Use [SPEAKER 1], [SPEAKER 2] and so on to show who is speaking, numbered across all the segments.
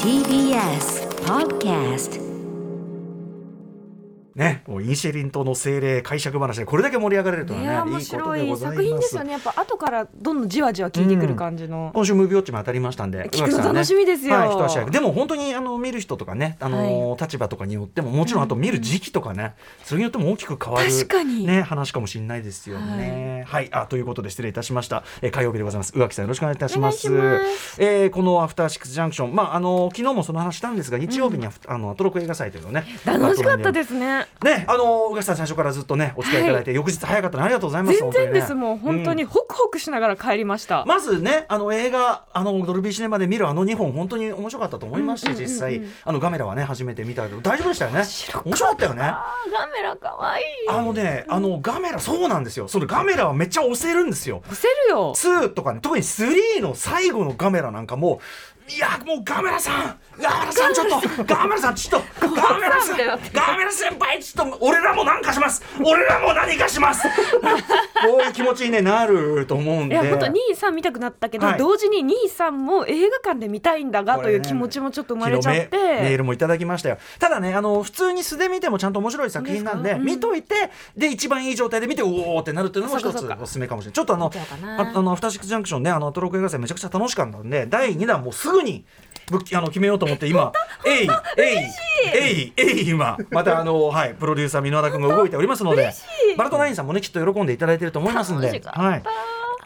[SPEAKER 1] TBS Podcast
[SPEAKER 2] ね、もうインシェリン島の精霊解釈話でこれだけ盛り上がれるとはね
[SPEAKER 3] ね、
[SPEAKER 2] い
[SPEAKER 3] 面
[SPEAKER 2] いこと
[SPEAKER 3] 白
[SPEAKER 2] でご
[SPEAKER 3] い
[SPEAKER 2] ざ
[SPEAKER 3] 作
[SPEAKER 2] い
[SPEAKER 3] 品
[SPEAKER 2] ま
[SPEAKER 3] です
[SPEAKER 2] す
[SPEAKER 3] よ。ねやっぱ後からどんどんじわじわ聞いてくる感じの、
[SPEAKER 2] 今週ムービーウォッチも当たりましたんで、
[SPEAKER 3] 聞くの
[SPEAKER 2] 宇垣さんね
[SPEAKER 3] 楽しみですよ
[SPEAKER 2] はい、一足早く。でも本当にあの見る人とかね、あの立場とかによってももちろんあと見る時期とかね、それによっても大きく変わる
[SPEAKER 3] 確かに
[SPEAKER 2] ね話かもしれないですよね。はい、あということで失礼いたしました。えー火曜日でございます。宇垣さんよろしくお願いいたします。
[SPEAKER 3] お願いしま
[SPEAKER 2] えーこのアフターシックスジャンクション、まああの昨日もその話したんですが、日曜日にアフあのアトロク映画祭というのをね、
[SPEAKER 3] 楽しかった
[SPEAKER 2] す
[SPEAKER 3] ですね
[SPEAKER 2] ね、あの宇垣さん最初からずっとねお付き合いいただいて、翌日早かったのありがとうございます
[SPEAKER 3] 全然で
[SPEAKER 2] 本当にね
[SPEAKER 3] すもう本当に
[SPEAKER 2] うん
[SPEAKER 3] ホクホクしながら帰りました、
[SPEAKER 2] まずねあの映画あのドルビーシネマで見るあの2本本当に面白かったと思いますし、
[SPEAKER 3] うんうんうんうん
[SPEAKER 2] 実際あのガメラはね初めて見たけど大丈夫でしたよね面白かったよね
[SPEAKER 3] あーガメラ可愛い
[SPEAKER 2] あのねあのガメラそうなんですよそのガメラはめっちゃ押せるんですよ
[SPEAKER 3] 押せるよ
[SPEAKER 2] 2とかね特に3の最後のガメラなんかもういやもうガメラさんガメラさんちょっとガメラさんちょっとガメラさんガメラ先輩ちょっと俺らも何かします俺らも何かします こういう気持ちにねなると思うん
[SPEAKER 3] い
[SPEAKER 2] で
[SPEAKER 3] や本当2位3見たくなったけど、
[SPEAKER 2] はい
[SPEAKER 3] 同時に2位3も映画館で見たいんだが
[SPEAKER 2] ことれ
[SPEAKER 3] い
[SPEAKER 2] ね
[SPEAKER 3] う気持ちもちょっと生まれちゃって、
[SPEAKER 2] 昨日メメールもいただきましたよただねあの普通に素で見てもちゃんと面白い作品なんで
[SPEAKER 3] ですかうん
[SPEAKER 2] 見といてで一番いい状態で見ておおってなるっていうのも
[SPEAKER 3] そ
[SPEAKER 2] 一
[SPEAKER 3] っか
[SPEAKER 2] つ
[SPEAKER 3] そっか
[SPEAKER 2] おすすめかもしれないちょっとあの
[SPEAKER 3] 見ちゃおうかな
[SPEAKER 2] ああのアフターシックスジャンクションねあのアトロック映画祭めちゃくちゃ楽しかったんで第2弾もうすぐにぶっあの決めようと思って 今えいえいえいえい今またあのはいプロデューサー箕輪田君が動いておりますのでバラトナインさんもねきっと喜んでいただいてると思いますんで
[SPEAKER 3] 楽しかった
[SPEAKER 2] はい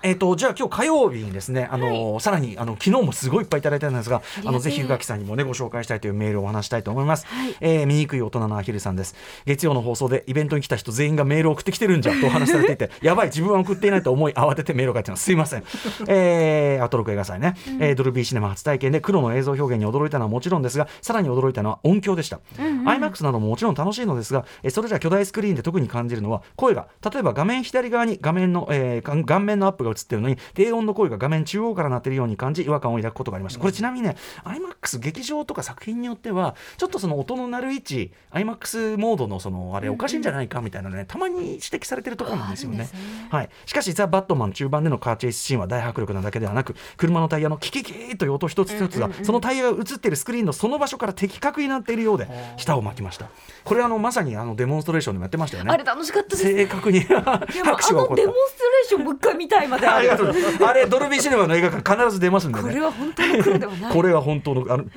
[SPEAKER 2] えっ、とじゃあ今日火曜日にですねあの、さらにあの昨日もすごいいっぱいいただいたんですがあのぜひ宇垣さんにもねご紹介したいというメールをお話したいと思います、えー醜い大人のアヒルさんです月曜の放送でイベントに来た人全員がメールを送ってきてるんじゃとお話しされていてやばい自分は送っていないと思い慌ててメールを書いてますすいません、えー、アトロック映画祭ね、えードルビーシネマ初体験で黒の映像表現に驚いたのはもちろんですがさらに驚いたのは音響でした、IMAX などももちろん楽しいのですが、えーそれら巨大スクリーンで特に感じるのは声が例えば画面左側に画面の、えーか顔面のアップが映ってるのに低音の声が画面中央から鳴ってるように感じ違和感を抱くことがありましたこれちなみにね IMAX 劇場とか作品によってはちょっとその音の鳴る位置 IMAX モードのそのあれおかしいんじゃないかみたいなのねたまに指摘されてるところなんですよね。はい、しかし、ザ・バットマン中盤でのカーチェイスシーンは大迫力なだけではなく、車のタイヤのキキキーという音一つ一つが、そのタイヤが映っているスクリーンのその場所から的確になっているようで、舌を巻きました。これ、あのまさにあのデモンストレーションでもやってましたよね。
[SPEAKER 3] あれ楽しかったです
[SPEAKER 2] 正確に拍
[SPEAKER 3] い
[SPEAKER 2] 手
[SPEAKER 3] や
[SPEAKER 2] が
[SPEAKER 3] もう
[SPEAKER 2] 起こ
[SPEAKER 3] あの
[SPEAKER 2] っ
[SPEAKER 3] デ
[SPEAKER 2] た
[SPEAKER 3] モン。ストレーションもう一回見たいまであ
[SPEAKER 2] あり
[SPEAKER 3] る
[SPEAKER 2] がとうございますあれドルビーシネマの映画館必ず出ますんでね
[SPEAKER 3] これは本当に黒ではない
[SPEAKER 2] これは本当のあの、い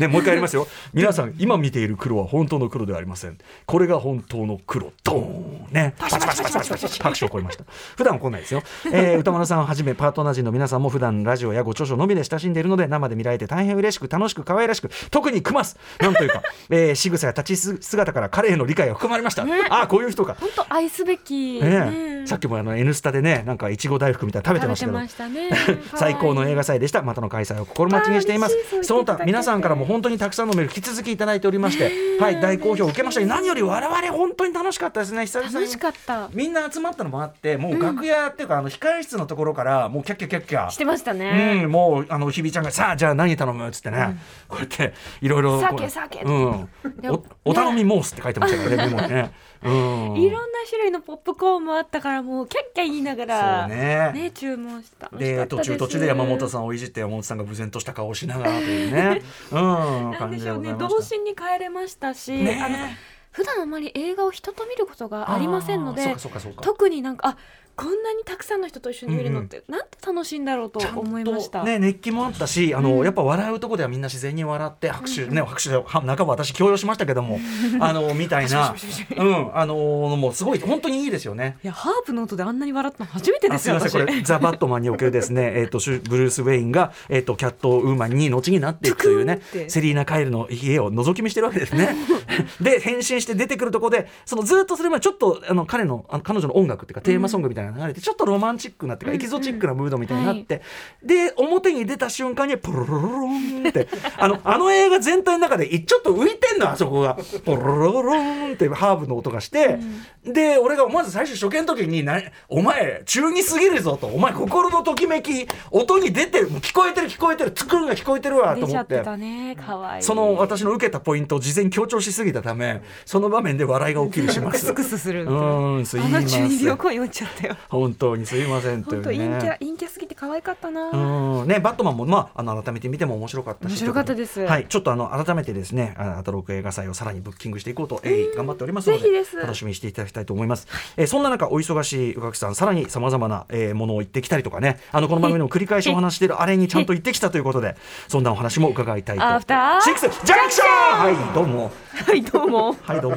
[SPEAKER 2] ね、もう一回やり ますよ皆さん今見ている黒は本当の黒ではありませんこれが本当の黒ドーンねパチパチパチパチパチパチ拍手を超えました普段は来ないですよ、えー 歌丸さんをはじめパートナー陣の皆さんも普段ラジオやご著書のみで親しんでいるので生で見られて大変嬉しく楽しく可愛らしく特にクマスなんというか、えー、仕草や立ち姿から彼への理解が含まれました、ああこういう人か
[SPEAKER 3] 本当愛すべき、
[SPEAKER 2] ね
[SPEAKER 3] ね
[SPEAKER 2] え、さっきもあの N スタでねなんかいちご大福みたいなの食べてましたけど
[SPEAKER 3] 食べてましたね
[SPEAKER 2] 最高の映画祭でしたまたの開催を心待ちにしています
[SPEAKER 3] あー嬉しい
[SPEAKER 2] その
[SPEAKER 3] そう言っていただけ
[SPEAKER 2] 他
[SPEAKER 3] て
[SPEAKER 2] 皆さんからも本当にたくさんのメール引き続きいただいておりまして、はい大好評を受けましたし何より我々本当に楽しかったですね久々に
[SPEAKER 3] 楽しかった
[SPEAKER 2] みんな集まったのもあってもう楽屋っていうか、あの控室のところからもうキャッキャキャッキャ
[SPEAKER 3] してましたね、
[SPEAKER 2] うん、もうあのひびちゃんが「さあじゃあ何頼む?」っつってね、こうやっていろいろこう
[SPEAKER 3] 酒酒
[SPEAKER 2] うん
[SPEAKER 3] で
[SPEAKER 2] お
[SPEAKER 3] ね
[SPEAKER 2] お頼み申すって書いてましたからねメモにね、うん、
[SPEAKER 3] いろんな種類のポップコーンもあったからもうキャッキャ言いながら
[SPEAKER 2] そうね
[SPEAKER 3] ね注文した
[SPEAKER 2] で途中途中で山本さんをいじって山本さんが無然とした顔をしながらという ね、うん、
[SPEAKER 3] なん
[SPEAKER 2] 感
[SPEAKER 3] で
[SPEAKER 2] じ
[SPEAKER 3] し
[SPEAKER 2] で
[SPEAKER 3] ょう
[SPEAKER 2] ござい
[SPEAKER 3] ね
[SPEAKER 2] ま
[SPEAKER 3] 童
[SPEAKER 2] した。
[SPEAKER 3] 心に帰れましたし、
[SPEAKER 2] ね
[SPEAKER 3] あの普段あまり映画を人と見ることがありませんの
[SPEAKER 2] あーそう
[SPEAKER 3] で
[SPEAKER 2] かそうかそうか
[SPEAKER 3] 特になんかあこんなにたくさんの人と一緒に見るのって、なんて楽しいんだろうと思いまし
[SPEAKER 2] ちゃ
[SPEAKER 3] た、
[SPEAKER 2] んとね熱気もあったし、あのやっぱ笑うとこではみんな自然に笑って拍手、ね拍手では半ば私強要しましたけど も、あのみたいな、うんあのもうすごい本当にいいですよね。
[SPEAKER 3] いやハープの音であんなに笑ったの初めてで
[SPEAKER 2] あ
[SPEAKER 3] す
[SPEAKER 2] すみ
[SPEAKER 3] よ
[SPEAKER 2] ません
[SPEAKER 3] 私
[SPEAKER 2] こ れザ・バットマンにおけるですねえっとシュブルース・ウェインが、えっとキャットウーマンに後になっていくというね
[SPEAKER 3] トゥクンって
[SPEAKER 2] セリーナ・カイルの家を覗き見してるわけです ねで変身して出てくるとこでそのずっとそれまでちょっとあの彼のあの彼女の音楽っていうかテーマソングみたいなのが流れて、ちょっとロマンチックなっていうか、エキゾチックなムードみたいになって、で表に出た瞬間にポロロロロンってあ のあの映画全体の中でいちょっと浮いてんのあそこがポロロロロンってハーブの音がして、で俺が思わず最初初見の時にな「お前中二すぎるぞ」と「お前心のときめき音に出てるもう聞こえてる聞こえてるつくんが聞こえてるわ」と
[SPEAKER 3] 出ち
[SPEAKER 2] 思
[SPEAKER 3] ゃ
[SPEAKER 2] っ
[SPEAKER 3] って
[SPEAKER 2] て。
[SPEAKER 3] たね可愛い
[SPEAKER 2] その私の受けたポイントを事前に強調しすぎたためその場面で笑いが起きる しま
[SPEAKER 3] ク
[SPEAKER 2] す
[SPEAKER 3] ス。クスする
[SPEAKER 2] うんすい
[SPEAKER 3] あ
[SPEAKER 2] ま
[SPEAKER 3] の中二
[SPEAKER 2] せ
[SPEAKER 3] 病
[SPEAKER 2] ん
[SPEAKER 3] 声酔っちゃったよ
[SPEAKER 2] 本当にすいませんとい
[SPEAKER 3] 本
[SPEAKER 2] う
[SPEAKER 3] 当陰キャ
[SPEAKER 2] ね。
[SPEAKER 3] 陰キャすぎて可愛かったな、
[SPEAKER 2] うんね、バットマンも、まあ、あの改めて見ても面白かったし
[SPEAKER 3] 面白かったです
[SPEAKER 2] はい、ちょっとあの改めてですねあアタロク映画祭をさらにブッキングしていこうと、えー頑張っておりますので
[SPEAKER 3] ぜひです
[SPEAKER 2] 楽しみにしていただきたいと思います、えーそんな中お忙しい宇垣さんさらにさまざまな、えーものを言ってきたりとかねあのこの番組でも繰り返しお話ししているあれにちゃんと行ってきたということでそんなお話も伺いたいと
[SPEAKER 3] アフター
[SPEAKER 2] シックスジャンクションはいどうも
[SPEAKER 3] はいどうも
[SPEAKER 2] はいどうも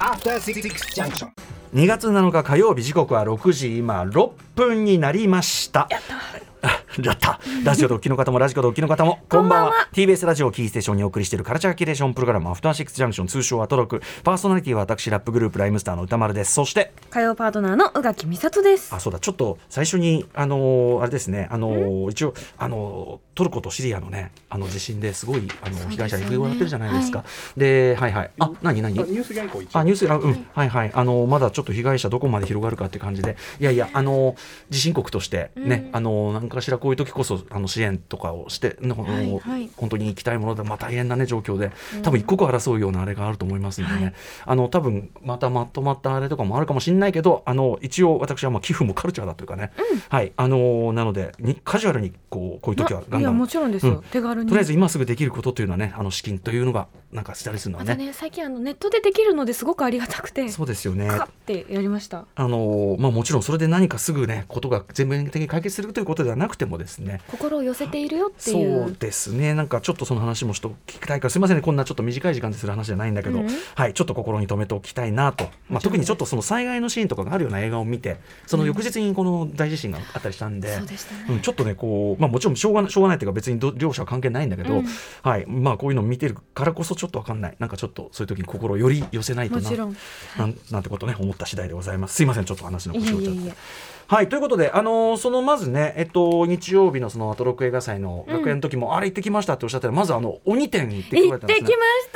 [SPEAKER 4] After Six Junction.
[SPEAKER 2] 2月7日火曜日時刻は6時今6分になりましたやったやったラジオでお聞きの方もラジコでお聞きの方も こんばんは TBS ラジオをキーステーションにお送りしているカルチャーキュレーションプログラムアフターシックスジャンクション通称アトロクパーソナリティは私ラップグループライムスターの歌丸ですそして
[SPEAKER 3] 火曜パートナーの宇垣美里です
[SPEAKER 2] あそうだちょっと最初にあのーあれですねあのー一応あのートルコとシリアのねあの地震ですごいあの被害者に行方をなってるじゃないですかではいはいあ何何
[SPEAKER 4] ニュース外交一
[SPEAKER 2] あニュースあうんはいはいあのまだちょっと被害者どこまで広がるかって感じでいやいやあの地震国としてね、あの何かしらこういう時こそあの支援とかをして、ねほん
[SPEAKER 3] はいはい
[SPEAKER 2] 本当に行きたいものでまあ大変なね状況で多分一刻を争うようなあれがあると思いますんでね、あの多分またまとまったあれとかもあるかもしれないけどあの一応私はまあ寄付もカルチャーだというかね、はいあのなのでにカジュアルにこうこういう時はガン
[SPEAKER 3] い
[SPEAKER 2] ガ
[SPEAKER 3] や
[SPEAKER 2] ン
[SPEAKER 3] もちろんですよ、
[SPEAKER 2] うん
[SPEAKER 3] 手軽に
[SPEAKER 2] とりあえず今すぐできることというのはねあの資金というのがなんかしたりするのは
[SPEAKER 3] またね最近あのネットでできるのですごくありがたくて
[SPEAKER 2] そうですよね
[SPEAKER 3] カッてやりました
[SPEAKER 2] あのまあ、もちろんそれで何かすぐねことが全面的に解決するということではなくてもですね
[SPEAKER 3] 心を寄せているよって
[SPEAKER 2] そ
[SPEAKER 3] いう
[SPEAKER 2] うですねなんかちょっとその話もしと聞きたいからすいませんねこんなちょっと短い時間でする話じゃないんだけど、
[SPEAKER 3] うん
[SPEAKER 2] はい、ちょっと心に留めておきたいなと、まあ、特にちょっとその災害のシーンとかがあるような映画を見てその翌日にこの大地震があったりしたんで。
[SPEAKER 3] そうでしたね、
[SPEAKER 2] うん、ちょっとねこう、まあ、もちろんしょうがしょうがないというか別にど両者は関係ないんだけど、
[SPEAKER 3] うん
[SPEAKER 2] はいまあ、こういうのを見てるからこそちょっと分かんないなんかちょっとそういう時に心をより寄せないと
[SPEAKER 3] も
[SPEAKER 2] な
[SPEAKER 3] ちろん
[SPEAKER 2] なんなんてことね思った次第でございますすいませんちょっと話の
[SPEAKER 3] い
[SPEAKER 2] 腰
[SPEAKER 3] や
[SPEAKER 2] を折っ
[SPEAKER 3] い
[SPEAKER 2] ちゃ
[SPEAKER 3] や
[SPEAKER 2] って
[SPEAKER 3] いや
[SPEAKER 2] はいということで、あのーそのまずね、えっと、日曜日のそのアトロック映画祭の学園の時も、あれ行ってきましたっておっしゃったらまずあの鬼店に行ってこ
[SPEAKER 3] 行
[SPEAKER 2] られ
[SPEAKER 3] った
[SPEAKER 2] んで
[SPEAKER 3] て
[SPEAKER 2] す
[SPEAKER 3] きま
[SPEAKER 2] ね
[SPEAKER 3] し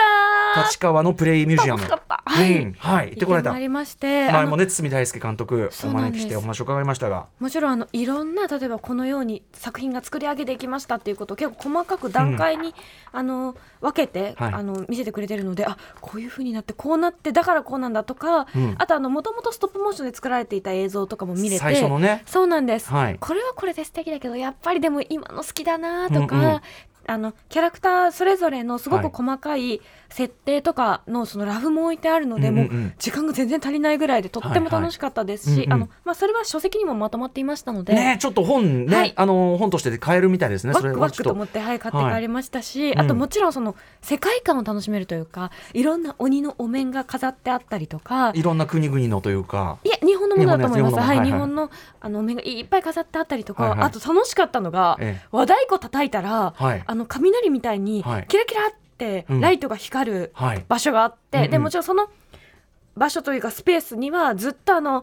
[SPEAKER 3] た
[SPEAKER 2] 立川のプレイミュージアム
[SPEAKER 3] 楽しかった
[SPEAKER 2] うんはい、行ってこられた
[SPEAKER 3] ありましてあ
[SPEAKER 2] 前
[SPEAKER 3] の
[SPEAKER 2] もね堤大輔監督お
[SPEAKER 3] そうなん
[SPEAKER 2] 招
[SPEAKER 3] で
[SPEAKER 2] き
[SPEAKER 3] す
[SPEAKER 2] してお話を伺いましたが
[SPEAKER 3] もちろんあのいろんな例えばこのように作品が作り上げていきましたっていうことを結構細かく段階に、あの分けて、
[SPEAKER 2] はい
[SPEAKER 3] あの見せてくれてるのであこういうふうになってこうなってだからこうなんだとか、
[SPEAKER 2] うん
[SPEAKER 3] あとあのもともとストップモーションで作られていた映像とかも見れて
[SPEAKER 2] 最初のね
[SPEAKER 3] そうなんです、
[SPEAKER 2] はい
[SPEAKER 3] これはこれで素敵だけどやっぱりでも今の好きだなとか、
[SPEAKER 2] うんうん
[SPEAKER 3] あのキャラクターそれぞれのすご
[SPEAKER 2] はい
[SPEAKER 3] く細かい設定とかのそのラフも置いてあるので、
[SPEAKER 2] うんうん
[SPEAKER 3] も
[SPEAKER 2] うん
[SPEAKER 3] う時間が全然足りないぐらいでとっても楽しかったですし、
[SPEAKER 2] はいはいうんうん
[SPEAKER 3] あのまあ、それは書籍にもまとまっていましたので、
[SPEAKER 2] ねちょっと本ね、
[SPEAKER 3] はい
[SPEAKER 2] あのー本として買えるみたいですね
[SPEAKER 3] ワ
[SPEAKER 2] それ
[SPEAKER 3] ク
[SPEAKER 2] は
[SPEAKER 3] ワ
[SPEAKER 2] ちょ
[SPEAKER 3] ク
[SPEAKER 2] っ
[SPEAKER 3] と
[SPEAKER 2] と
[SPEAKER 3] 思って、はい、買って
[SPEAKER 2] はい
[SPEAKER 3] 帰りましたし、
[SPEAKER 2] うん
[SPEAKER 3] あともちろんその世界観を楽しめるというかいろんな鬼のお面が飾ってあったりとか。
[SPEAKER 2] いろんな国々のというか
[SPEAKER 3] いや日本のものだと思います。
[SPEAKER 2] 日本のやつ
[SPEAKER 3] はい、
[SPEAKER 2] 日
[SPEAKER 3] 日
[SPEAKER 2] 本
[SPEAKER 3] 本のあのお面がいっぱい飾ってあったりとか、
[SPEAKER 2] はいはい
[SPEAKER 3] あと楽しかったのが、
[SPEAKER 2] ええ
[SPEAKER 3] 和太鼓叩いたら、
[SPEAKER 2] はい
[SPEAKER 3] あの雷みたいに
[SPEAKER 2] はい
[SPEAKER 3] キラキラって
[SPEAKER 2] うん
[SPEAKER 3] ライトが光る
[SPEAKER 2] はい
[SPEAKER 3] 場所があって、
[SPEAKER 2] うんうん
[SPEAKER 3] でもちろんその場所というかスペースにはずっとあの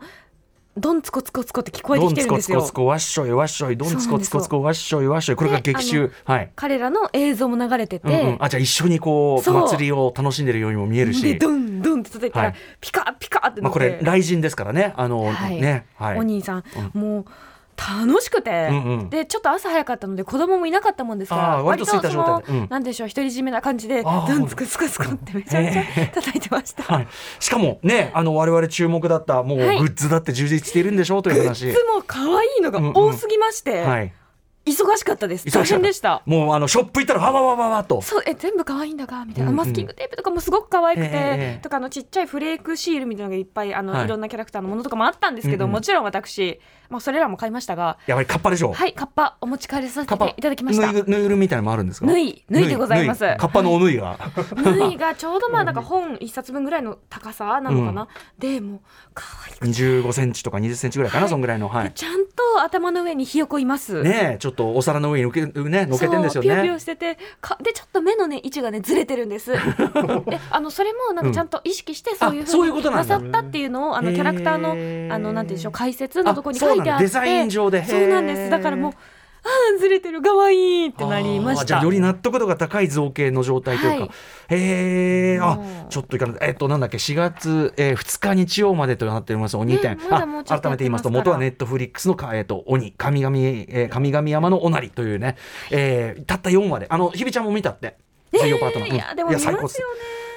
[SPEAKER 3] ドンツコツコツコって聞こえて
[SPEAKER 2] ど
[SPEAKER 3] き
[SPEAKER 2] ん
[SPEAKER 3] て
[SPEAKER 2] つ
[SPEAKER 3] るん
[SPEAKER 2] こ
[SPEAKER 3] で
[SPEAKER 2] つ
[SPEAKER 3] す
[SPEAKER 2] こ
[SPEAKER 3] よ
[SPEAKER 2] つ。こわっしょいわっしょいどんつこつこつこわっしょいわっしょいこれが
[SPEAKER 3] で
[SPEAKER 2] 劇
[SPEAKER 3] あ
[SPEAKER 2] 中はい
[SPEAKER 3] 彼らの映像も流れてて、
[SPEAKER 2] うんうん、あじゃあ一緒にこう
[SPEAKER 3] そう
[SPEAKER 2] 祭りを楽しんでるようにも見える
[SPEAKER 3] で
[SPEAKER 2] し、
[SPEAKER 3] ドンドンって叩いたら、
[SPEAKER 2] はい
[SPEAKER 3] ピカピカって
[SPEAKER 2] まあ、
[SPEAKER 3] なっ
[SPEAKER 2] こ
[SPEAKER 3] て、
[SPEAKER 2] れ雷神ですからねあの、
[SPEAKER 3] はい
[SPEAKER 2] ねはい
[SPEAKER 3] お兄さん、もう楽しくて、
[SPEAKER 2] うんうん
[SPEAKER 3] でちょっと朝早かったので子供もいなかったもんですから
[SPEAKER 2] あー割と空いた
[SPEAKER 3] その
[SPEAKER 2] 状態でうん
[SPEAKER 3] なんでしょう独り占めな感じで
[SPEAKER 2] あー
[SPEAKER 3] ドンツコツコツコってめちゃめちゃ 叩いてま した。
[SPEAKER 2] はい、しかもねあの我々注目だったもうグ
[SPEAKER 3] はい
[SPEAKER 2] ッズだって充実しているんでしょうという話、
[SPEAKER 3] いつも可愛いのが多すぎまして、
[SPEAKER 2] はい、
[SPEAKER 3] 忙しかったです大変でした
[SPEAKER 2] もうあのショップ行ったらわわわわわと
[SPEAKER 3] そうえ全部可愛いんだがみたいな、
[SPEAKER 2] うんうん
[SPEAKER 3] マスキングテープとかもすごく可愛くて、
[SPEAKER 2] ええええ
[SPEAKER 3] とかあのちっちゃいフレークシールみたいなのがいっぱいあの、
[SPEAKER 2] はい
[SPEAKER 3] い、ろんなキャラクターのものとかもあったんですけど、
[SPEAKER 2] うんうん
[SPEAKER 3] もちろん私、まあ、それらも買いましたが
[SPEAKER 2] やばいカッパでしょ
[SPEAKER 3] はいカッパお持ち帰りさせ
[SPEAKER 2] カッパ
[SPEAKER 3] ていただきました
[SPEAKER 2] ぬいぐぬいぐるみみたいなのもあるんですか
[SPEAKER 3] 縫い縫いでございます
[SPEAKER 2] 縫縫カッパのお縫いが、
[SPEAKER 3] 縫いがちょうどまあな んか本一冊分ぐらいの高さなのかな、でもう可愛くて
[SPEAKER 2] 25センチとか20センチぐらいかな、
[SPEAKER 3] はい
[SPEAKER 2] そんぐらいのは
[SPEAKER 3] で
[SPEAKER 2] い
[SPEAKER 3] ちゃんと頭の上にひよこいます
[SPEAKER 2] ねえちょっとお皿の上にのけねのけてんですよ
[SPEAKER 3] そうピヨピ
[SPEAKER 2] ね
[SPEAKER 3] ヨしててかでちょっと目のね位置がねずれてる んですであのそれもなん
[SPEAKER 2] うん
[SPEAKER 3] かちゃんと意識してそういう
[SPEAKER 2] あそういう
[SPEAKER 3] ふ
[SPEAKER 2] こ
[SPEAKER 3] う
[SPEAKER 2] と
[SPEAKER 3] に
[SPEAKER 2] な
[SPEAKER 3] なん
[SPEAKER 2] だ
[SPEAKER 3] さったっていうのをあのキャラクターの
[SPEAKER 2] へー
[SPEAKER 3] あのなんていうんでしょう解説のとこに書いてあ
[SPEAKER 2] あそうなんだ
[SPEAKER 3] っ
[SPEAKER 2] デ
[SPEAKER 3] て
[SPEAKER 2] ザイン上でへー
[SPEAKER 3] そうなんですだからもうあーずれてるかわいいってなりま
[SPEAKER 2] あー
[SPEAKER 3] し
[SPEAKER 2] じゃ
[SPEAKER 3] た
[SPEAKER 2] あより納得度が高い造形の状態というか、
[SPEAKER 3] はい
[SPEAKER 2] へえあ
[SPEAKER 3] もう
[SPEAKER 2] ちょっといかないえっとなんだっけ4月、えー、2日日曜までとなっております鬼店、
[SPEAKER 3] ねまだもうちょ
[SPEAKER 2] あ
[SPEAKER 3] っと
[SPEAKER 2] 改めて言いますと
[SPEAKER 3] やっ
[SPEAKER 2] 元
[SPEAKER 3] てますから
[SPEAKER 2] はネットフリックスのか、えー、と鬼神々、えー、神々山のおなりというね、えーたった4話であの日比ちゃんも見たって。太陽パートナー、
[SPEAKER 3] いやでも見ますよね
[SPEAKER 2] っす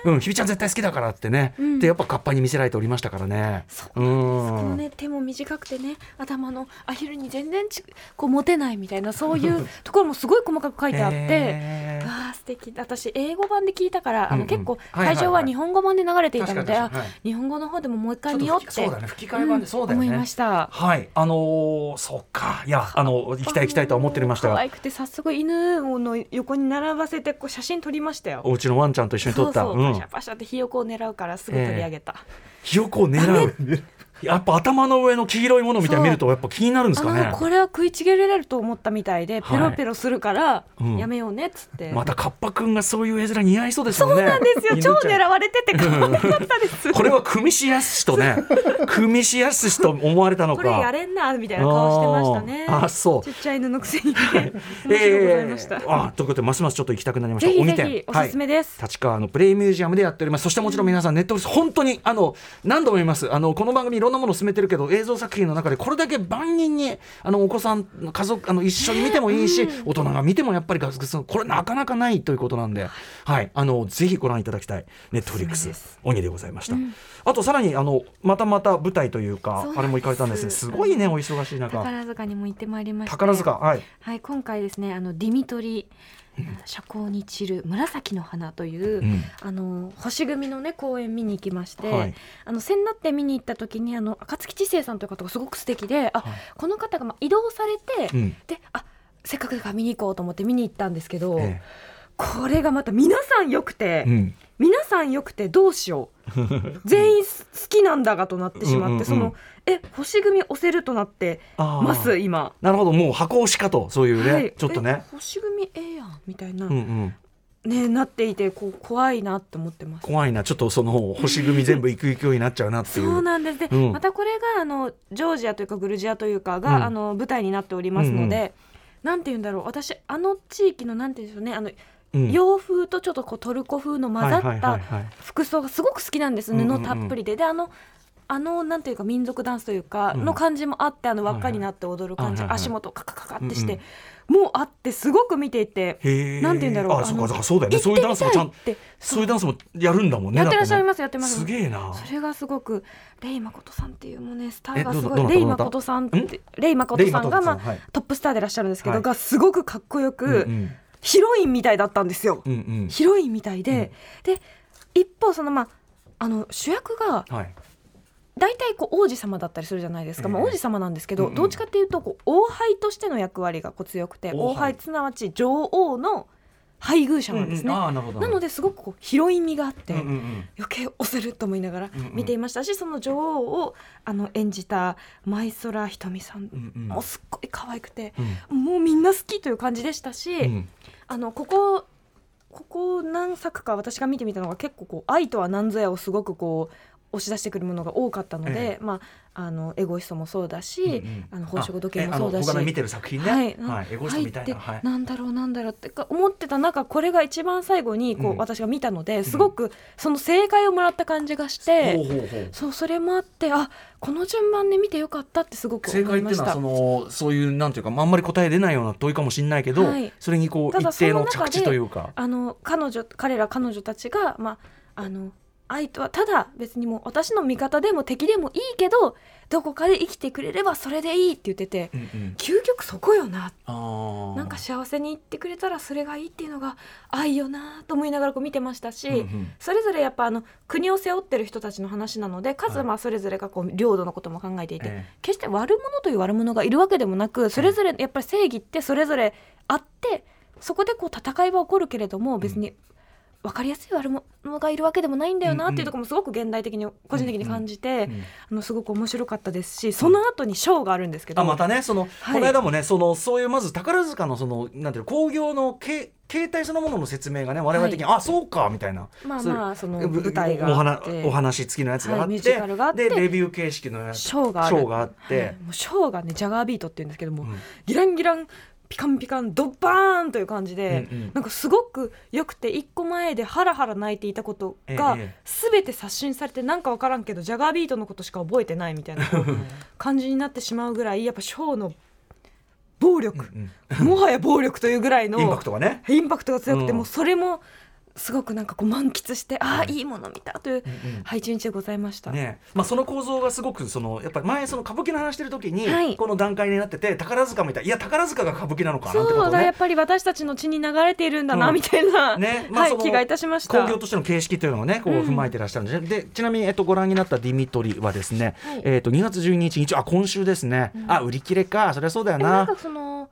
[SPEAKER 2] うん、ひびちゃん絶対好きだからってね、
[SPEAKER 3] うん
[SPEAKER 2] でやっぱカッパに見せられておりましたからね。
[SPEAKER 3] そう
[SPEAKER 2] うん
[SPEAKER 3] このね手も短くてね頭のアヒルに全然ちこう持てないみたいなそういう ところもすごい細かく書いてあって。
[SPEAKER 2] へー
[SPEAKER 3] わあ素敵私英語版で聞いたから、
[SPEAKER 2] うんう
[SPEAKER 3] あ
[SPEAKER 2] ん
[SPEAKER 3] の結構
[SPEAKER 2] はいはいはい
[SPEAKER 3] 会場は日本語版で流れていたので、
[SPEAKER 2] 確かに確かにはい
[SPEAKER 3] あ日本語の方でももう一
[SPEAKER 2] ち
[SPEAKER 3] 回
[SPEAKER 2] ょっと
[SPEAKER 3] 見ようって
[SPEAKER 2] そうだね吹き替え版で、
[SPEAKER 3] ん
[SPEAKER 2] そうだよね。
[SPEAKER 3] 思いました
[SPEAKER 2] はい、あのー、そっか、いや、あの、行きたい行きたいとは思っておりました
[SPEAKER 3] あの
[SPEAKER 2] が
[SPEAKER 3] 可愛。くて早速犬の横に並ばせてこう写真撮りましたよ
[SPEAKER 2] お家のワンちゃんと一緒に撮った。
[SPEAKER 3] そうそう、
[SPEAKER 2] う
[SPEAKER 3] パシ
[SPEAKER 2] ん
[SPEAKER 3] ャ。パシャってひよこを狙うからすぐ取り上げた、
[SPEAKER 2] ひよこを狙う。やっぱ頭の上の黄色いものみたいに見ると、やっぱ気になるんですか
[SPEAKER 3] あ
[SPEAKER 2] ね
[SPEAKER 3] の。これは食いちぎれれると思ったみたい
[SPEAKER 2] は
[SPEAKER 3] で
[SPEAKER 2] い
[SPEAKER 3] ペロペロするから
[SPEAKER 2] うん
[SPEAKER 3] やめようねっつって、
[SPEAKER 2] またカッパくんがそういう絵面似合いそうですよね。
[SPEAKER 3] そうなんですよ
[SPEAKER 2] 犬ち
[SPEAKER 3] 超
[SPEAKER 2] ゃん
[SPEAKER 3] 狙われてて可愛かったです
[SPEAKER 2] これは組みしやすしとね、組みしやすしと思われたの
[SPEAKER 3] こ
[SPEAKER 2] か。
[SPEAKER 3] れやれんなみたいな顔してましたね
[SPEAKER 2] あーあそう
[SPEAKER 3] ちっちゃい犬のくせ にね面白くなりました、
[SPEAKER 2] えーあということでますますちょっと行きたくなりました
[SPEAKER 3] ぜひ
[SPEAKER 2] 鬼
[SPEAKER 3] ぜ
[SPEAKER 2] 店
[SPEAKER 3] ひおすすめです、
[SPEAKER 2] はい、立川のプレイミュージアムでやっておりますそしてもちろん皆さんネットフリックス本当にあの何度も言いますあのこの番組いろんなものを進めてるけど映像作品の中でこれだけ万人にあのお子さんの家族あの一緒に見てもいいし、大人が見てもやっぱりガスガスこれなかなかないということなんで、はい、あのぜひご覧いただきたいネットフリック
[SPEAKER 3] おすすめで
[SPEAKER 2] ス
[SPEAKER 3] す
[SPEAKER 2] 鬼でございました、あとさらにあのまたまた舞台という
[SPEAKER 3] そう
[SPEAKER 2] か
[SPEAKER 3] なんです
[SPEAKER 2] あれも行かれたんですねすごいねお忙しい中
[SPEAKER 3] 宝塚にも行ってまいりました
[SPEAKER 2] 宝塚はい
[SPEAKER 3] はい、今回ですね、あのディミトリ。社交に散る紫の花という、
[SPEAKER 2] うん
[SPEAKER 3] あの星組のね公演見に行きまして、
[SPEAKER 2] はい
[SPEAKER 3] あの千なって見に行った時にあの赤月知世さんという方がすごく素敵で、あ
[SPEAKER 2] はい
[SPEAKER 3] この方がまあ移動され
[SPEAKER 2] う
[SPEAKER 3] て、
[SPEAKER 2] ん
[SPEAKER 3] であせっかくだから見に行こうと思って見に行ったんですけど、
[SPEAKER 2] え
[SPEAKER 3] これがまた皆さん良くて、
[SPEAKER 2] えうん
[SPEAKER 3] 皆さん良くてどうしよ う全員す好きなんだがとなってしまって、
[SPEAKER 2] うんうんうん
[SPEAKER 3] そのえ星組押せるとなって
[SPEAKER 2] あー
[SPEAKER 3] ます今。
[SPEAKER 2] なるほど、もう箱押しかと、そういうね、
[SPEAKER 3] はい
[SPEAKER 2] ちょっとね
[SPEAKER 3] え。星組ええやんみたいな、
[SPEAKER 2] うんうん、
[SPEAKER 3] ねなっていてこう怖いなって思ってます
[SPEAKER 2] 怖いな、ちょっとその星組全部行く勢いになっちゃうなってい
[SPEAKER 3] そう
[SPEAKER 2] う。
[SPEAKER 3] なんですね、
[SPEAKER 2] うん
[SPEAKER 3] またこれがあのジョージアというかグルジアというか
[SPEAKER 2] う
[SPEAKER 3] が、
[SPEAKER 2] ん
[SPEAKER 3] あの舞台になっておりますので、
[SPEAKER 2] うん
[SPEAKER 3] なんて言うんだろう私あの地域のなんて言うんでしょうねあの、
[SPEAKER 2] うん
[SPEAKER 3] 洋風とちょっとこうトルコ風の混
[SPEAKER 2] はい
[SPEAKER 3] ざっ
[SPEAKER 2] はいは
[SPEAKER 3] た
[SPEAKER 2] いはい
[SPEAKER 3] 服装がすごく好きなんです、
[SPEAKER 2] うんうんうん
[SPEAKER 3] 布たっぷりでであのあのなんていうか民族ダンスというか
[SPEAKER 2] うん
[SPEAKER 3] の感じもあってあの輪っかになって踊る感じ、
[SPEAKER 2] はいはいはい
[SPEAKER 3] 足元カカカカって
[SPEAKER 2] うん
[SPEAKER 3] し
[SPEAKER 2] うん
[SPEAKER 3] て、もうあってすごく見ていて。
[SPEAKER 2] へえ。
[SPEAKER 3] なんて言うんだろう
[SPEAKER 2] あ、そうか、
[SPEAKER 3] あの
[SPEAKER 2] だからそうだよね。そういうダンスもちゃん
[SPEAKER 3] 行ってみたいって
[SPEAKER 2] そういうダンスもやるんだもんね。
[SPEAKER 3] やってらっしゃい
[SPEAKER 2] だ
[SPEAKER 3] ますやって
[SPEAKER 2] ね
[SPEAKER 3] ます
[SPEAKER 2] すげえな。
[SPEAKER 3] それがすごくレイ誠さんっていうもうねスターが
[SPEAKER 2] え
[SPEAKER 3] す
[SPEAKER 2] どうぞど
[SPEAKER 3] ごい
[SPEAKER 2] なた
[SPEAKER 3] レイ
[SPEAKER 2] どなた
[SPEAKER 3] 誠さんっ
[SPEAKER 2] ん
[SPEAKER 3] てレイ誠さ
[SPEAKER 2] レ
[SPEAKER 3] んが
[SPEAKER 2] イ
[SPEAKER 3] ま
[SPEAKER 2] 誠
[SPEAKER 3] あ
[SPEAKER 2] さんはい
[SPEAKER 3] トップスターでいらっしゃるんですけ
[SPEAKER 2] は
[SPEAKER 3] ど
[SPEAKER 2] い
[SPEAKER 3] がすごくかっこよ
[SPEAKER 2] うんう
[SPEAKER 3] く
[SPEAKER 2] ん。
[SPEAKER 3] ヒロインみたいだったんですよ
[SPEAKER 2] うんうん。
[SPEAKER 3] ヒロインみたいでで一方そのまああの主役が
[SPEAKER 2] はい。
[SPEAKER 3] 大体こう王子様だったりするじゃないですか、まあ、
[SPEAKER 2] ええ
[SPEAKER 3] 王子様なんですけ
[SPEAKER 2] う
[SPEAKER 3] ど
[SPEAKER 2] んうん
[SPEAKER 3] どっちかっていうとこう王輩としての役割がこう強くて
[SPEAKER 2] 王
[SPEAKER 3] 王
[SPEAKER 2] 輩
[SPEAKER 3] 輩すなわち女王の配偶者なんです
[SPEAKER 2] うんうん
[SPEAKER 3] ね
[SPEAKER 2] ああ、なるほど。
[SPEAKER 3] なの
[SPEAKER 2] で。
[SPEAKER 3] で、すごくこうヒロイン味があって
[SPEAKER 2] うんうんうん。
[SPEAKER 3] 余計押せると思いながら
[SPEAKER 2] うんうん
[SPEAKER 3] 見ていましたし、その女王をあの演じた舞空ひとみさん
[SPEAKER 2] うんうん
[SPEAKER 3] もすっごい可愛くて、
[SPEAKER 2] うん
[SPEAKER 3] もうみんな好きという感じでしたし、
[SPEAKER 2] うん
[SPEAKER 3] あのここここ何作か私が見てみたのが結構こう愛とは何ぞやをすごくこう押し出してくるものが多かったので、
[SPEAKER 2] え
[SPEAKER 3] まああのエゴイストもそうだし、
[SPEAKER 2] うんうん
[SPEAKER 3] あの宝飾時計も
[SPEAKER 2] あえ
[SPEAKER 3] そうだし
[SPEAKER 2] あの他の見てる作品ね。
[SPEAKER 3] はい、
[SPEAKER 2] はい。エゴストみたいな。は
[SPEAKER 3] 入っ
[SPEAKER 2] い
[SPEAKER 3] て。なんだろうなんだろうってか思ってた中これが一番最後にこう、
[SPEAKER 2] うん
[SPEAKER 3] 私が見たのですごくその正解をもらった感じがして、
[SPEAKER 2] ほうほうほう。
[SPEAKER 3] そうそれもあってあこの順番で見てよかったってすごく
[SPEAKER 2] 正
[SPEAKER 3] 思
[SPEAKER 2] 解
[SPEAKER 3] い
[SPEAKER 2] って
[SPEAKER 3] ま
[SPEAKER 2] いう
[SPEAKER 3] し
[SPEAKER 2] のは
[SPEAKER 3] た
[SPEAKER 2] そ。のそういうなんていうかあんまり答え出ないような問いかもしれないけど、
[SPEAKER 3] はい
[SPEAKER 2] それにこう
[SPEAKER 3] ただ
[SPEAKER 2] 一定の
[SPEAKER 3] その中
[SPEAKER 2] 着
[SPEAKER 3] で
[SPEAKER 2] 地というか。
[SPEAKER 3] あの彼女彼ら彼女たちがまああの愛とはただ別にもう私の味方でも敵でもいいけどどこかで生きてくれればそれでいいって言ってて
[SPEAKER 2] うんうん
[SPEAKER 3] 究極そこよな
[SPEAKER 2] あー
[SPEAKER 3] なんか幸せに言ってくれたらそれがいいっていうのが愛よなと思いながらこう見てましたし、
[SPEAKER 2] うんうん
[SPEAKER 3] それぞれやっぱあの国を背負ってる人たちの話なのでかつ
[SPEAKER 2] はい
[SPEAKER 3] まあそれぞれがこう領土のことも考えていて、
[SPEAKER 2] ええ
[SPEAKER 3] 決して悪者という悪者がいるわけでもなくそれぞれやっぱり正義ってそれぞれあってそこでこう戦いは起こるけれども別に分かりやすい悪者がいるわけでもないんだよなっていうところもすごく現代的に個人的に感じて
[SPEAKER 2] うん
[SPEAKER 3] あのすごく面白かったですしその後にショーがあるんですけど
[SPEAKER 2] あまたねその、
[SPEAKER 3] はい
[SPEAKER 2] この間もねそのそういうまず宝塚のそのなんていうの興行のけ形態そのものの説明がね我々的に、あそうかみたいな。
[SPEAKER 3] まあ
[SPEAKER 2] そう
[SPEAKER 3] まあその
[SPEAKER 2] ぶ
[SPEAKER 3] 舞台が
[SPEAKER 2] お
[SPEAKER 3] あ
[SPEAKER 2] 話
[SPEAKER 3] って
[SPEAKER 2] お話付きのやつがあ
[SPEAKER 3] は
[SPEAKER 2] っ
[SPEAKER 3] いミュー
[SPEAKER 2] て,、
[SPEAKER 3] ジカルがあって
[SPEAKER 2] でレビュー形式のやつ
[SPEAKER 3] ショーがある
[SPEAKER 2] ショーがあって
[SPEAKER 3] はいもうショーがねジャガービートっていうんですけども、
[SPEAKER 2] うん
[SPEAKER 3] ギランギランピカンピカンドッバーンという感じで、
[SPEAKER 2] うんうん
[SPEAKER 3] なんかすごく良くて一個前でハラハラ泣いていたことが
[SPEAKER 2] ええ
[SPEAKER 3] 全て刷新されてなんか分からんけどジャガービートのことしか覚えてないみたいな感じになってしまうぐらいやっぱショーの暴力、もはや暴力というぐらいの
[SPEAKER 2] インパクトがね。
[SPEAKER 3] インパクトが強くて、
[SPEAKER 2] うん
[SPEAKER 3] もうそれもすごくなんかこう満喫してああ、
[SPEAKER 2] はい
[SPEAKER 3] いいもの見たという、
[SPEAKER 2] うんうん
[SPEAKER 3] はい、一日でございました。
[SPEAKER 2] ねまあ、その構造がすごくそのやっぱり前その歌舞伎の話してる時に、
[SPEAKER 3] はい
[SPEAKER 2] この段階になってて宝塚みたいいや宝塚が歌舞伎なのかなってこ
[SPEAKER 3] そう
[SPEAKER 2] と
[SPEAKER 3] だ、
[SPEAKER 2] ね
[SPEAKER 3] やっ。ぱり私たちの血に流れているんだな、
[SPEAKER 2] うん
[SPEAKER 3] みたいな、
[SPEAKER 2] ねまあ
[SPEAKER 3] はい、
[SPEAKER 2] その
[SPEAKER 3] 気がいたしました。
[SPEAKER 2] 工業としての形式というのをねこう
[SPEAKER 3] うん
[SPEAKER 2] 踏まえてらっしゃるんですね、でちなみに、えっと、ご覧になったディミトリはですね、
[SPEAKER 3] はい
[SPEAKER 2] えっと2月12日日あ今週ですね、あ売り切れかそりゃそうだよ
[SPEAKER 3] でもな
[SPEAKER 2] なん
[SPEAKER 3] かその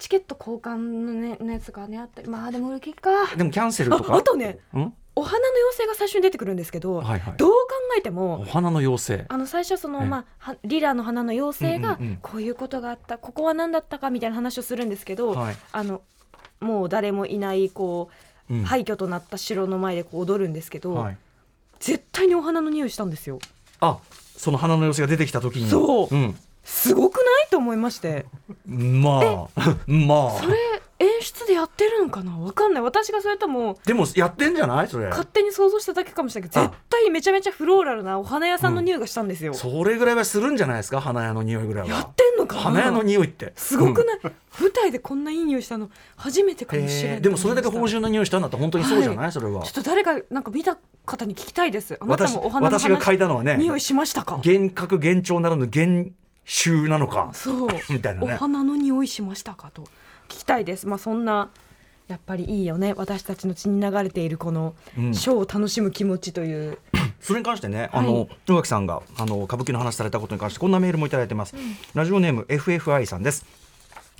[SPEAKER 3] チケット交換のねのやつがねあったりまあでも売り切れか
[SPEAKER 2] でもキャンセルと
[SPEAKER 3] あ
[SPEAKER 2] か
[SPEAKER 3] あとね
[SPEAKER 2] うん
[SPEAKER 3] お花の妖精が最初に出てくるんですけど、
[SPEAKER 2] はいはい
[SPEAKER 3] どう考えて
[SPEAKER 2] お
[SPEAKER 3] も
[SPEAKER 2] 花の妖精
[SPEAKER 3] あの最初その、
[SPEAKER 2] ええ
[SPEAKER 3] まあ、はリラの花の妖精が
[SPEAKER 2] うんうんうん
[SPEAKER 3] こういうことがあったここは何だったかみたいな話をするんですけど、
[SPEAKER 2] はい
[SPEAKER 3] あのもう誰もいないこう、
[SPEAKER 2] うん
[SPEAKER 3] 廃墟となった城の前でこう踊るんですけど、
[SPEAKER 2] はい、
[SPEAKER 3] 絶対にお花の匂いしたんですよ
[SPEAKER 2] あその花の妖精が出てきた時に
[SPEAKER 3] そう
[SPEAKER 2] うん、
[SPEAKER 3] すごくないと思いまして
[SPEAKER 2] まあ まあ
[SPEAKER 3] それ演出でやってるのかなわかんない私がそれとも
[SPEAKER 2] でもやってんじゃないそれ
[SPEAKER 3] 勝手に想像しただけかもしれないけど
[SPEAKER 2] あ
[SPEAKER 3] 絶対めちゃめちゃフローラルなお花屋さんの匂いがしたんですよ、
[SPEAKER 2] それぐらいはするんじゃないですか花屋の匂いぐらい
[SPEAKER 3] や
[SPEAKER 2] は
[SPEAKER 3] ってんのかな
[SPEAKER 2] 花屋の匂いって
[SPEAKER 3] すごく
[SPEAKER 2] い、
[SPEAKER 3] ない、舞台でこんないい匂いしたの初めてか
[SPEAKER 2] うん
[SPEAKER 3] もしれな
[SPEAKER 2] へ
[SPEAKER 3] い
[SPEAKER 2] ーでもそれだけ芳
[SPEAKER 3] ちょ
[SPEAKER 2] 醇な匂いしたんだったら本当にそうじゃない、
[SPEAKER 3] は
[SPEAKER 2] それは
[SPEAKER 3] っと誰かなんか見た方に聞きたいですあなた
[SPEAKER 2] 私
[SPEAKER 3] もお花の
[SPEAKER 2] 私が嗅い
[SPEAKER 3] 話
[SPEAKER 2] だのはね
[SPEAKER 3] 匂いしましたか
[SPEAKER 2] 幻覚幻聴ならぬ幻臭なのか
[SPEAKER 3] そう
[SPEAKER 2] みたいな
[SPEAKER 3] お
[SPEAKER 2] ね
[SPEAKER 3] 花の匂いしましたかと聞きたいですまあそんなやっぱりいいよね私たちの血に流れているこの
[SPEAKER 2] うん
[SPEAKER 3] ショーを楽しむ気持ちという、
[SPEAKER 2] それに関してね、
[SPEAKER 3] はい
[SPEAKER 2] あの野垣さんがあの歌舞伎の話されたことに関してこんなメールもいただいてます、ラジオネーム FFI さんです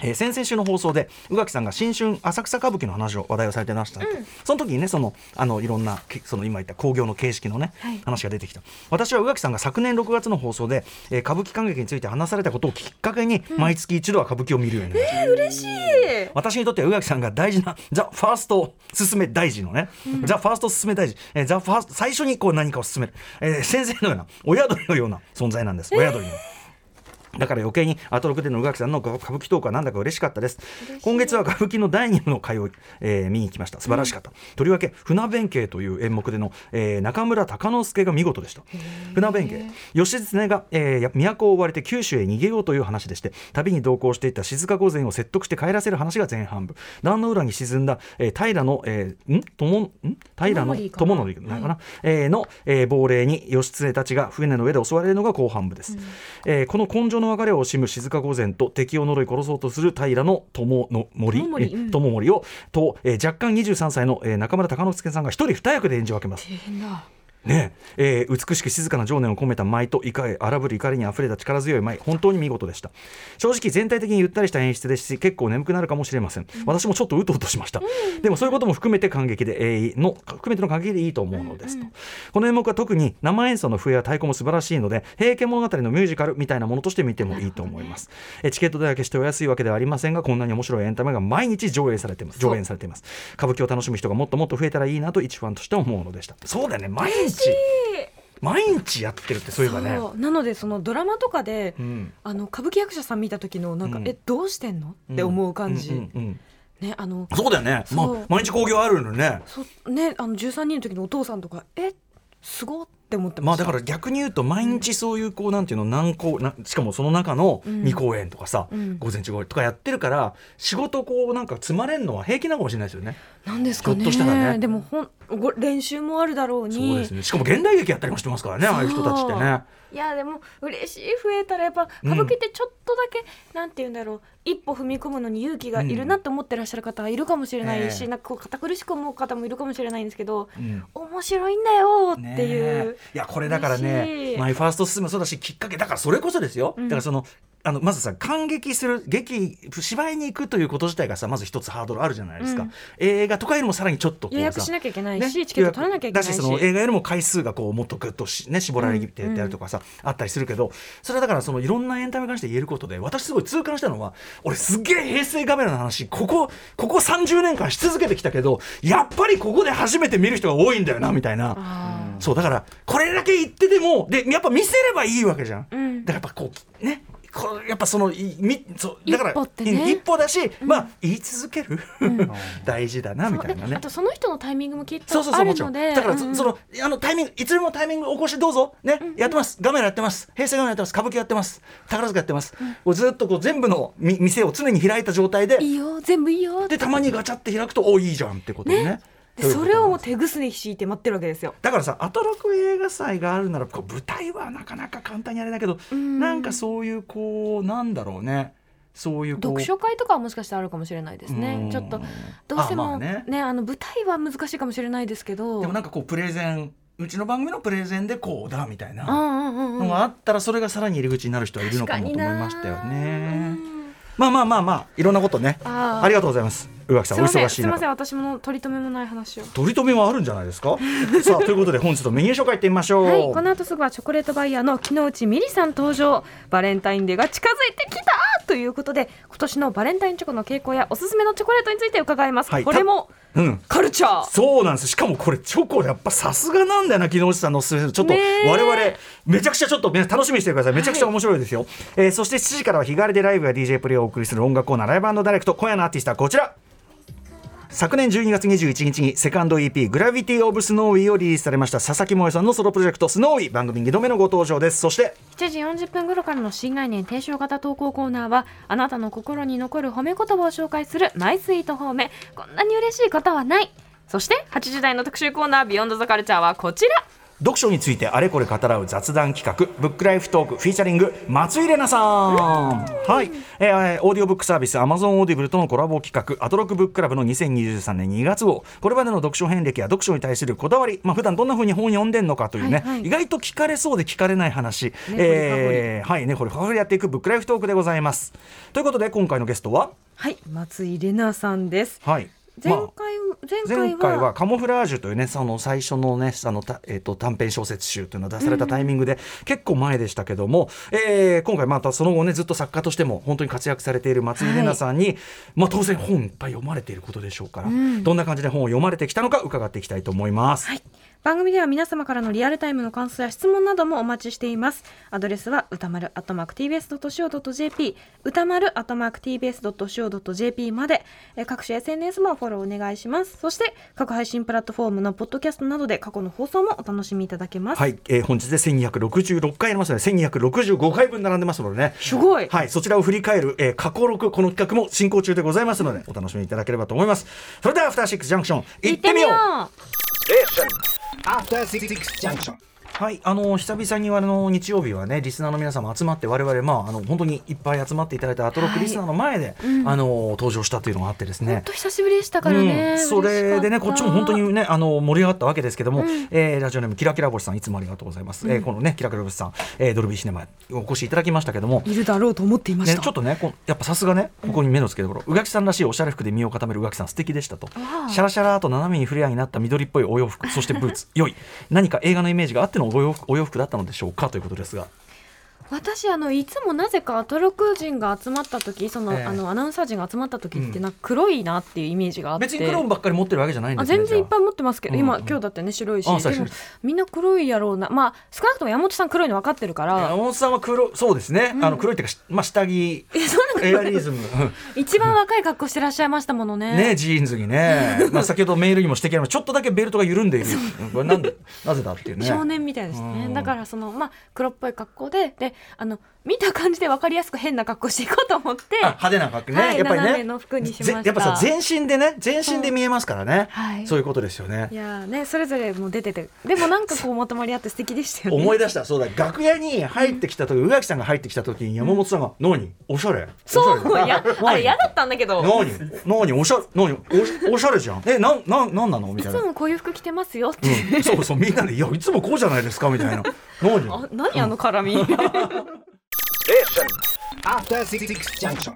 [SPEAKER 2] えー先々週の放送で宇垣さんが新春浅草歌舞伎の話を話題をされてました、その時にねそのあのいろんなけその今言った興行の形式のね、
[SPEAKER 3] はい
[SPEAKER 2] 話が出てきた私は宇垣さんが昨年6月の放送で、えー歌舞伎観劇について話されたことをきっかけに、毎月一度は歌舞伎を見るようになりました
[SPEAKER 3] 嬉しい
[SPEAKER 2] 私にとっては宇垣さんが大事な「ザ・ファースト進め大事のね「ザ・ファースト進め大事」えー「ザ・ファースト最初にこう何かを進める、えー先生のような親鳥のような存在なんです親鳥の。だから余計にアトロクでの宇垣さんの歌舞伎トークはなんだか嬉しかったです今月は歌 舞伎の第2部の会を、えー見に行きました素晴らしかった、とりわけ船弁慶という演目での、えー中村鷹之助が見事でした船弁慶義経が、えーや都を追われて九州へ逃げようという話でして旅に同行していた静御前を説得して帰らせる話が前半部壇の浦に沈んだ、えー平の、えーんともん平の
[SPEAKER 3] 友
[SPEAKER 2] 友
[SPEAKER 3] 則かな
[SPEAKER 2] 則というのかな、えーの、えー亡霊に義経たちが船の上で襲われるのが後半部です、えーこの根性の別れを惜しむ静御前と敵を呪い殺そうとする平の友の森
[SPEAKER 3] 友盛うん
[SPEAKER 2] 友森をと、えー若干23歳の、えー中村鷹之助さんが一人二役で演じ分けます
[SPEAKER 3] 大変だ
[SPEAKER 2] ねええー美しく静かな情念を込めた舞と怒り荒ぶる怒りにあふれた力強い舞本当に見事でした正直全体的にゆったりした演出ですし結構眠くなるかもしれません私もちょっとうとうとしました、でもそういうことも含めて感激で、えーの含めての感激でいいと思うのですと、この演目は特に生演奏の笛や太鼓も素晴らしいので平家物語のミュージカルみたいなものとして見てもいいと思います、えーチケット代は決してお安いわけではありませんがこんなに面白いエンタメが毎日上映されてます
[SPEAKER 3] そう
[SPEAKER 2] 上演されています歌舞伎を楽しむ人がもっともっと増えたらいいなと一ファンとして思うのでしたそうだよね毎日毎日やってるってそういえばね
[SPEAKER 3] そうなのでそのドラマとかで、
[SPEAKER 2] うん
[SPEAKER 3] あの歌舞伎役者さん見た時のなんか、
[SPEAKER 2] うん
[SPEAKER 3] えどうしてんのって思う感じ、
[SPEAKER 2] うんうんうん
[SPEAKER 3] ねあの
[SPEAKER 2] そうだよね、ま
[SPEAKER 3] そう
[SPEAKER 2] 毎日興行あるのにね
[SPEAKER 3] そねあの13人の時のお父さんとかえすごって思って
[SPEAKER 2] ま
[SPEAKER 3] ま
[SPEAKER 2] あ
[SPEAKER 3] した、
[SPEAKER 2] だから逆に言うと毎日そういうこうなんていうの何公なしかもその中の
[SPEAKER 3] うん
[SPEAKER 2] 2公演とかさ、
[SPEAKER 3] うん
[SPEAKER 2] 午前中公演とかやってるから仕事こうなんか積まれるのは平気なのかもしれないですよね。
[SPEAKER 3] なんですかね
[SPEAKER 2] ひょっとしたらね
[SPEAKER 3] でもほんご練習もあるだろうに
[SPEAKER 2] そうですね。しかも現代劇やったりもしてますからねああいう人たちってね。
[SPEAKER 3] いやでも嬉しい増えたらやっぱ歌舞伎ってちょっとだけ、なんて言うんだろう一歩踏み込むのに勇気がいるなって思ってらっしゃる方がいるかもしれないし、
[SPEAKER 2] ええ
[SPEAKER 3] なんかこう堅苦しく思う方もいるかもしれないんですけど
[SPEAKER 2] うん
[SPEAKER 3] 面白いんだよ
[SPEAKER 2] ねえ
[SPEAKER 3] っていう、
[SPEAKER 2] いやこれだから
[SPEAKER 3] 嬉し
[SPEAKER 2] ね
[SPEAKER 3] い
[SPEAKER 2] マイファースト進むそうだしきっかけだからそれこそですよ、
[SPEAKER 3] うん
[SPEAKER 2] だからそのあのまずさ感激する劇芝居に行くということ自体がさまず一つハードルあるじゃないですか、
[SPEAKER 3] うん
[SPEAKER 2] 映画とかよりもさらにちょっとこうさ
[SPEAKER 3] 予約しなきゃいけない
[SPEAKER 2] ね
[SPEAKER 3] し、チケット取らなきゃいけない
[SPEAKER 2] だ
[SPEAKER 3] し
[SPEAKER 2] しその映画よりも回数がこうもっとぐっとし、ね、絞られてやるとかさ、あったりするけどそれはだからそのいろんなエンタメに関して言えることで私すごい痛感したのは俺すっげえ平成カメラの話ここここ30年間し続けてきたけどやっぱりここで初めて見る人が多いんだよなみたいな。
[SPEAKER 3] あ
[SPEAKER 2] そうだからこれだけ言ってでもでやっぱ見せればいいわけじゃん、
[SPEAKER 3] うん
[SPEAKER 2] だからやっぱこうねこれやっぱそのいみそうだから
[SPEAKER 3] 一歩ってね
[SPEAKER 2] 一歩だし、まあ言い続ける、 大事だな
[SPEAKER 3] ー
[SPEAKER 2] みたいな
[SPEAKER 3] そうであ
[SPEAKER 2] ね
[SPEAKER 3] とその人のタイミングもきっ
[SPEAKER 2] そうそうそ
[SPEAKER 3] とあ
[SPEAKER 2] うも
[SPEAKER 3] る
[SPEAKER 2] ちろ
[SPEAKER 3] の
[SPEAKER 2] ん
[SPEAKER 3] で
[SPEAKER 2] だから
[SPEAKER 3] う
[SPEAKER 2] そ,、
[SPEAKER 3] んうん
[SPEAKER 2] そのあのタイミングいつでもタイミングお越しどうぞね、やってます画面やってます平成画面やってます歌舞伎やってます宝塚やってます、こうずっとこう全部のみ店を常に開いた状態で
[SPEAKER 3] いいよ全部いいよ
[SPEAKER 2] でたまにガチャって開くとおいいじゃんってことね
[SPEAKER 3] でそれをもう手ぐすね引いて待ってるわけですよ。
[SPEAKER 2] だからさアトロク映画祭があるならこう舞台はなかなか簡単にあれだけど
[SPEAKER 3] うん
[SPEAKER 2] なんかそういうこうなんだろうねそういうこう
[SPEAKER 3] 読書会とかはもしかしたらあるかもしれないですね。ちょっと
[SPEAKER 2] ん
[SPEAKER 3] どうして
[SPEAKER 2] あま
[SPEAKER 3] も
[SPEAKER 2] あ
[SPEAKER 3] ね
[SPEAKER 2] ね
[SPEAKER 3] あ、の舞台は難しいかもしれないですけど。
[SPEAKER 2] でもなんかこうプレゼンうちの番組のプレゼンでこうだみたい
[SPEAKER 3] うん
[SPEAKER 2] な
[SPEAKER 3] うんうんう
[SPEAKER 2] の
[SPEAKER 3] ん。
[SPEAKER 2] があったらそれがさらに入り口になる人はいるのかもと思いましたよね。まあまあまあまあいろんなことね
[SPEAKER 3] あー
[SPEAKER 2] ありがとうございます宇垣さ
[SPEAKER 3] す
[SPEAKER 2] ん
[SPEAKER 3] み
[SPEAKER 2] お
[SPEAKER 3] ませ
[SPEAKER 2] 忙
[SPEAKER 3] ん
[SPEAKER 2] し
[SPEAKER 3] す
[SPEAKER 2] い
[SPEAKER 3] みませ
[SPEAKER 2] 中
[SPEAKER 3] ん私も取り留めもない話を。
[SPEAKER 2] 取り留めはあるんじゃない ですかさあということで本日のメニュー紹介いってみましょう。
[SPEAKER 3] はい、この後すぐはチョコレートバイヤーの木之内美里さん登場バレンタインデーが近づいてきたということで今年のバレンタインチョコの傾向やおすすめのチョコレートについて伺います、
[SPEAKER 2] はい
[SPEAKER 3] これも
[SPEAKER 2] うん
[SPEAKER 3] カルチャー
[SPEAKER 2] そうなんですしかもこれチョコやっぱさすがなんだよな木之内さんのおすすめちょっと
[SPEAKER 3] ねえ
[SPEAKER 2] 我々めちゃくちゃちょっとね楽しみにしてくださいめちゃくちゃ面白いですよ、えーそして7時からは日替わりでライブや DJ プレイをお送りする音楽コーナーライブダイレクト今夜のアーティストはこちら昨年12月21日にセカンド EP「グラビティ・オブ・スノーイー」をリリースされました佐々木萌さんのソロプロジェクト「スノーイー」番組2度目のご登場ですそして
[SPEAKER 3] 7時40分頃からの新概念提唱型投稿コーナーはあなたの心に残る褒め言葉を紹介するマイスイート褒めこんなに嬉しいことはないそして8時台の特集コーナービヨンドザカルチャーはこちら
[SPEAKER 2] 読書についてあれこれ語らう雑談企画「ブックライフトーク」フィーチャリング松井玲奈さんはい、えーオーディオブックサービス Amazon オーディブルとのコラボ企画「アトロックブッククラブ」の2023年2月号これまでの読書遍歴や読書に対するこだわり、まあ普段どんな風に本読んでんのかというね、
[SPEAKER 3] はいはい
[SPEAKER 2] 意外と聞かれそうで聞かれない話、
[SPEAKER 3] 掘り
[SPEAKER 2] えーはいねこれこれやっていくブックライフトークでございますということで今回のゲストは
[SPEAKER 3] はい松井玲奈さんです
[SPEAKER 2] はい
[SPEAKER 3] 前回
[SPEAKER 2] まあ
[SPEAKER 3] 前
[SPEAKER 2] 前
[SPEAKER 3] 回
[SPEAKER 2] 回
[SPEAKER 3] は
[SPEAKER 2] は「カモフラージュ」というねその最初のねあの、たえー、と短編小説集というのが出されたタイミングで、結構前でしたけども、えー今回またその後ねずっと作家としても本当に活躍されている松井玲奈さんに、まあ、当然本いっぱい読まれていることでしょうから、どんな感じで本を読まれてきたのか伺っていきたいと思います。
[SPEAKER 3] はい。番組では皆様からのリアルタイムの感想や質問などもお待ちしています。アドレスは歌丸 at mark tbs.co.jp 歌丸 at mark tbs.co.jp までえー各種 SNS もフォローお願いします。そして各配信プラットフォームのポッドキャストなどで過去の放送もお楽しみいただけます。
[SPEAKER 2] はい、えー本日で1266回やりますので1265回分並んでますのでね
[SPEAKER 3] すごい
[SPEAKER 2] はい、そちらを振り返る、えー過去6この企画も進行中でございますのでお楽しみいただければと思いますそれではアフターシックスジャンクション行ってみよう
[SPEAKER 3] 行っ
[SPEAKER 2] はい、あの久々にあの日曜日はねリスナーの皆様集まって我々まああの本当にいっぱい集まっていただいたアトロックリスナーの前で、あの登場したというのがあってです
[SPEAKER 3] てみよう。本
[SPEAKER 2] ね
[SPEAKER 3] 当。久しぶりでしたからね。
[SPEAKER 2] うん、それでねこっちも本当
[SPEAKER 3] 嬉しか
[SPEAKER 2] にねあの盛り上がったわけですけども、えーラジオネームキラキラ星さんいつもありがとうございます、えーこのねキラキラ星さん、えードルビーシネマお越しいただきましたけども
[SPEAKER 3] ったいるだろうと思っていまし
[SPEAKER 2] ね、
[SPEAKER 3] た。
[SPEAKER 2] ちょっとねこうやっぱさすがねここに目の付けどころ、宇垣さんらしいおしゃれ服で身を固める宇垣さん素敵でしたと
[SPEAKER 3] ああ
[SPEAKER 2] シャラシャラと斜めにフレアになった緑っぽいお洋服そしてブーツ良い何か映画のイメージがあってのお洋服お洋服だったのでしょうかということですが
[SPEAKER 3] 私あのいつもなぜかアトロク人が集まった時その、
[SPEAKER 2] ええ
[SPEAKER 3] あのアナウンサー陣が集まった時って
[SPEAKER 2] うん
[SPEAKER 3] なんか黒いなっていうイメージがあって
[SPEAKER 2] 別に黒ばっかり持ってるわけじゃないん
[SPEAKER 3] あ
[SPEAKER 2] ですね
[SPEAKER 3] 全然いっぱ
[SPEAKER 2] い
[SPEAKER 3] い持ってますけど、
[SPEAKER 2] うん
[SPEAKER 3] 今
[SPEAKER 2] うん
[SPEAKER 3] 今日だってね白いし
[SPEAKER 2] あそう
[SPEAKER 3] で
[SPEAKER 2] です
[SPEAKER 3] も
[SPEAKER 2] ね
[SPEAKER 3] みんな黒いやろうなまあ少なくとも山本さん黒いの分かってるから
[SPEAKER 2] 山本さんは黒そうですね、あの黒いっていうか、しまあ、下着
[SPEAKER 3] えそんなことない
[SPEAKER 2] エアリズムうん
[SPEAKER 3] 一番若い格好してらっしゃいましたものね
[SPEAKER 2] ねジーンズに ね、まあ、先ほどメールにも指摘ありましたちょっとだけベルトが緩んでいるうんこれなんでなぜだっていうね
[SPEAKER 3] 少年みたいですね、
[SPEAKER 2] うん
[SPEAKER 3] だからそのまあ黒っぽい格好でであの見た感じで分かりやすく変な格好していこうと思って
[SPEAKER 2] あ派手な格好ね、
[SPEAKER 3] はい
[SPEAKER 2] やっぱり
[SPEAKER 3] 斜め
[SPEAKER 2] ね
[SPEAKER 3] の服にしまし
[SPEAKER 2] ぜ
[SPEAKER 3] た
[SPEAKER 2] やっぱさ全身でね全身で見えますからね、
[SPEAKER 3] はい
[SPEAKER 2] そういうことですよね
[SPEAKER 3] いやーねそれぞれもう出ててでもなんかこうまとまりあって素敵でしたよね
[SPEAKER 2] 思い出したそうだ楽屋に入ってきた時宇垣さんが入ってきた時に山本さんが「何おしゃれ
[SPEAKER 3] そ うやあれ嫌だ
[SPEAKER 2] っ
[SPEAKER 3] ったんだけど
[SPEAKER 2] 何何おしゃれ何おしおしゃれじゃんえなんなんなんなの?」み
[SPEAKER 3] い
[SPEAKER 2] た
[SPEAKER 3] つ
[SPEAKER 2] いな。
[SPEAKER 3] もこういう服着てますよって、
[SPEAKER 2] うん、そうそうみんなで「いやいつもこうじゃないですか」みたいな「何
[SPEAKER 3] あ何あの絡み
[SPEAKER 4] After Six Junction.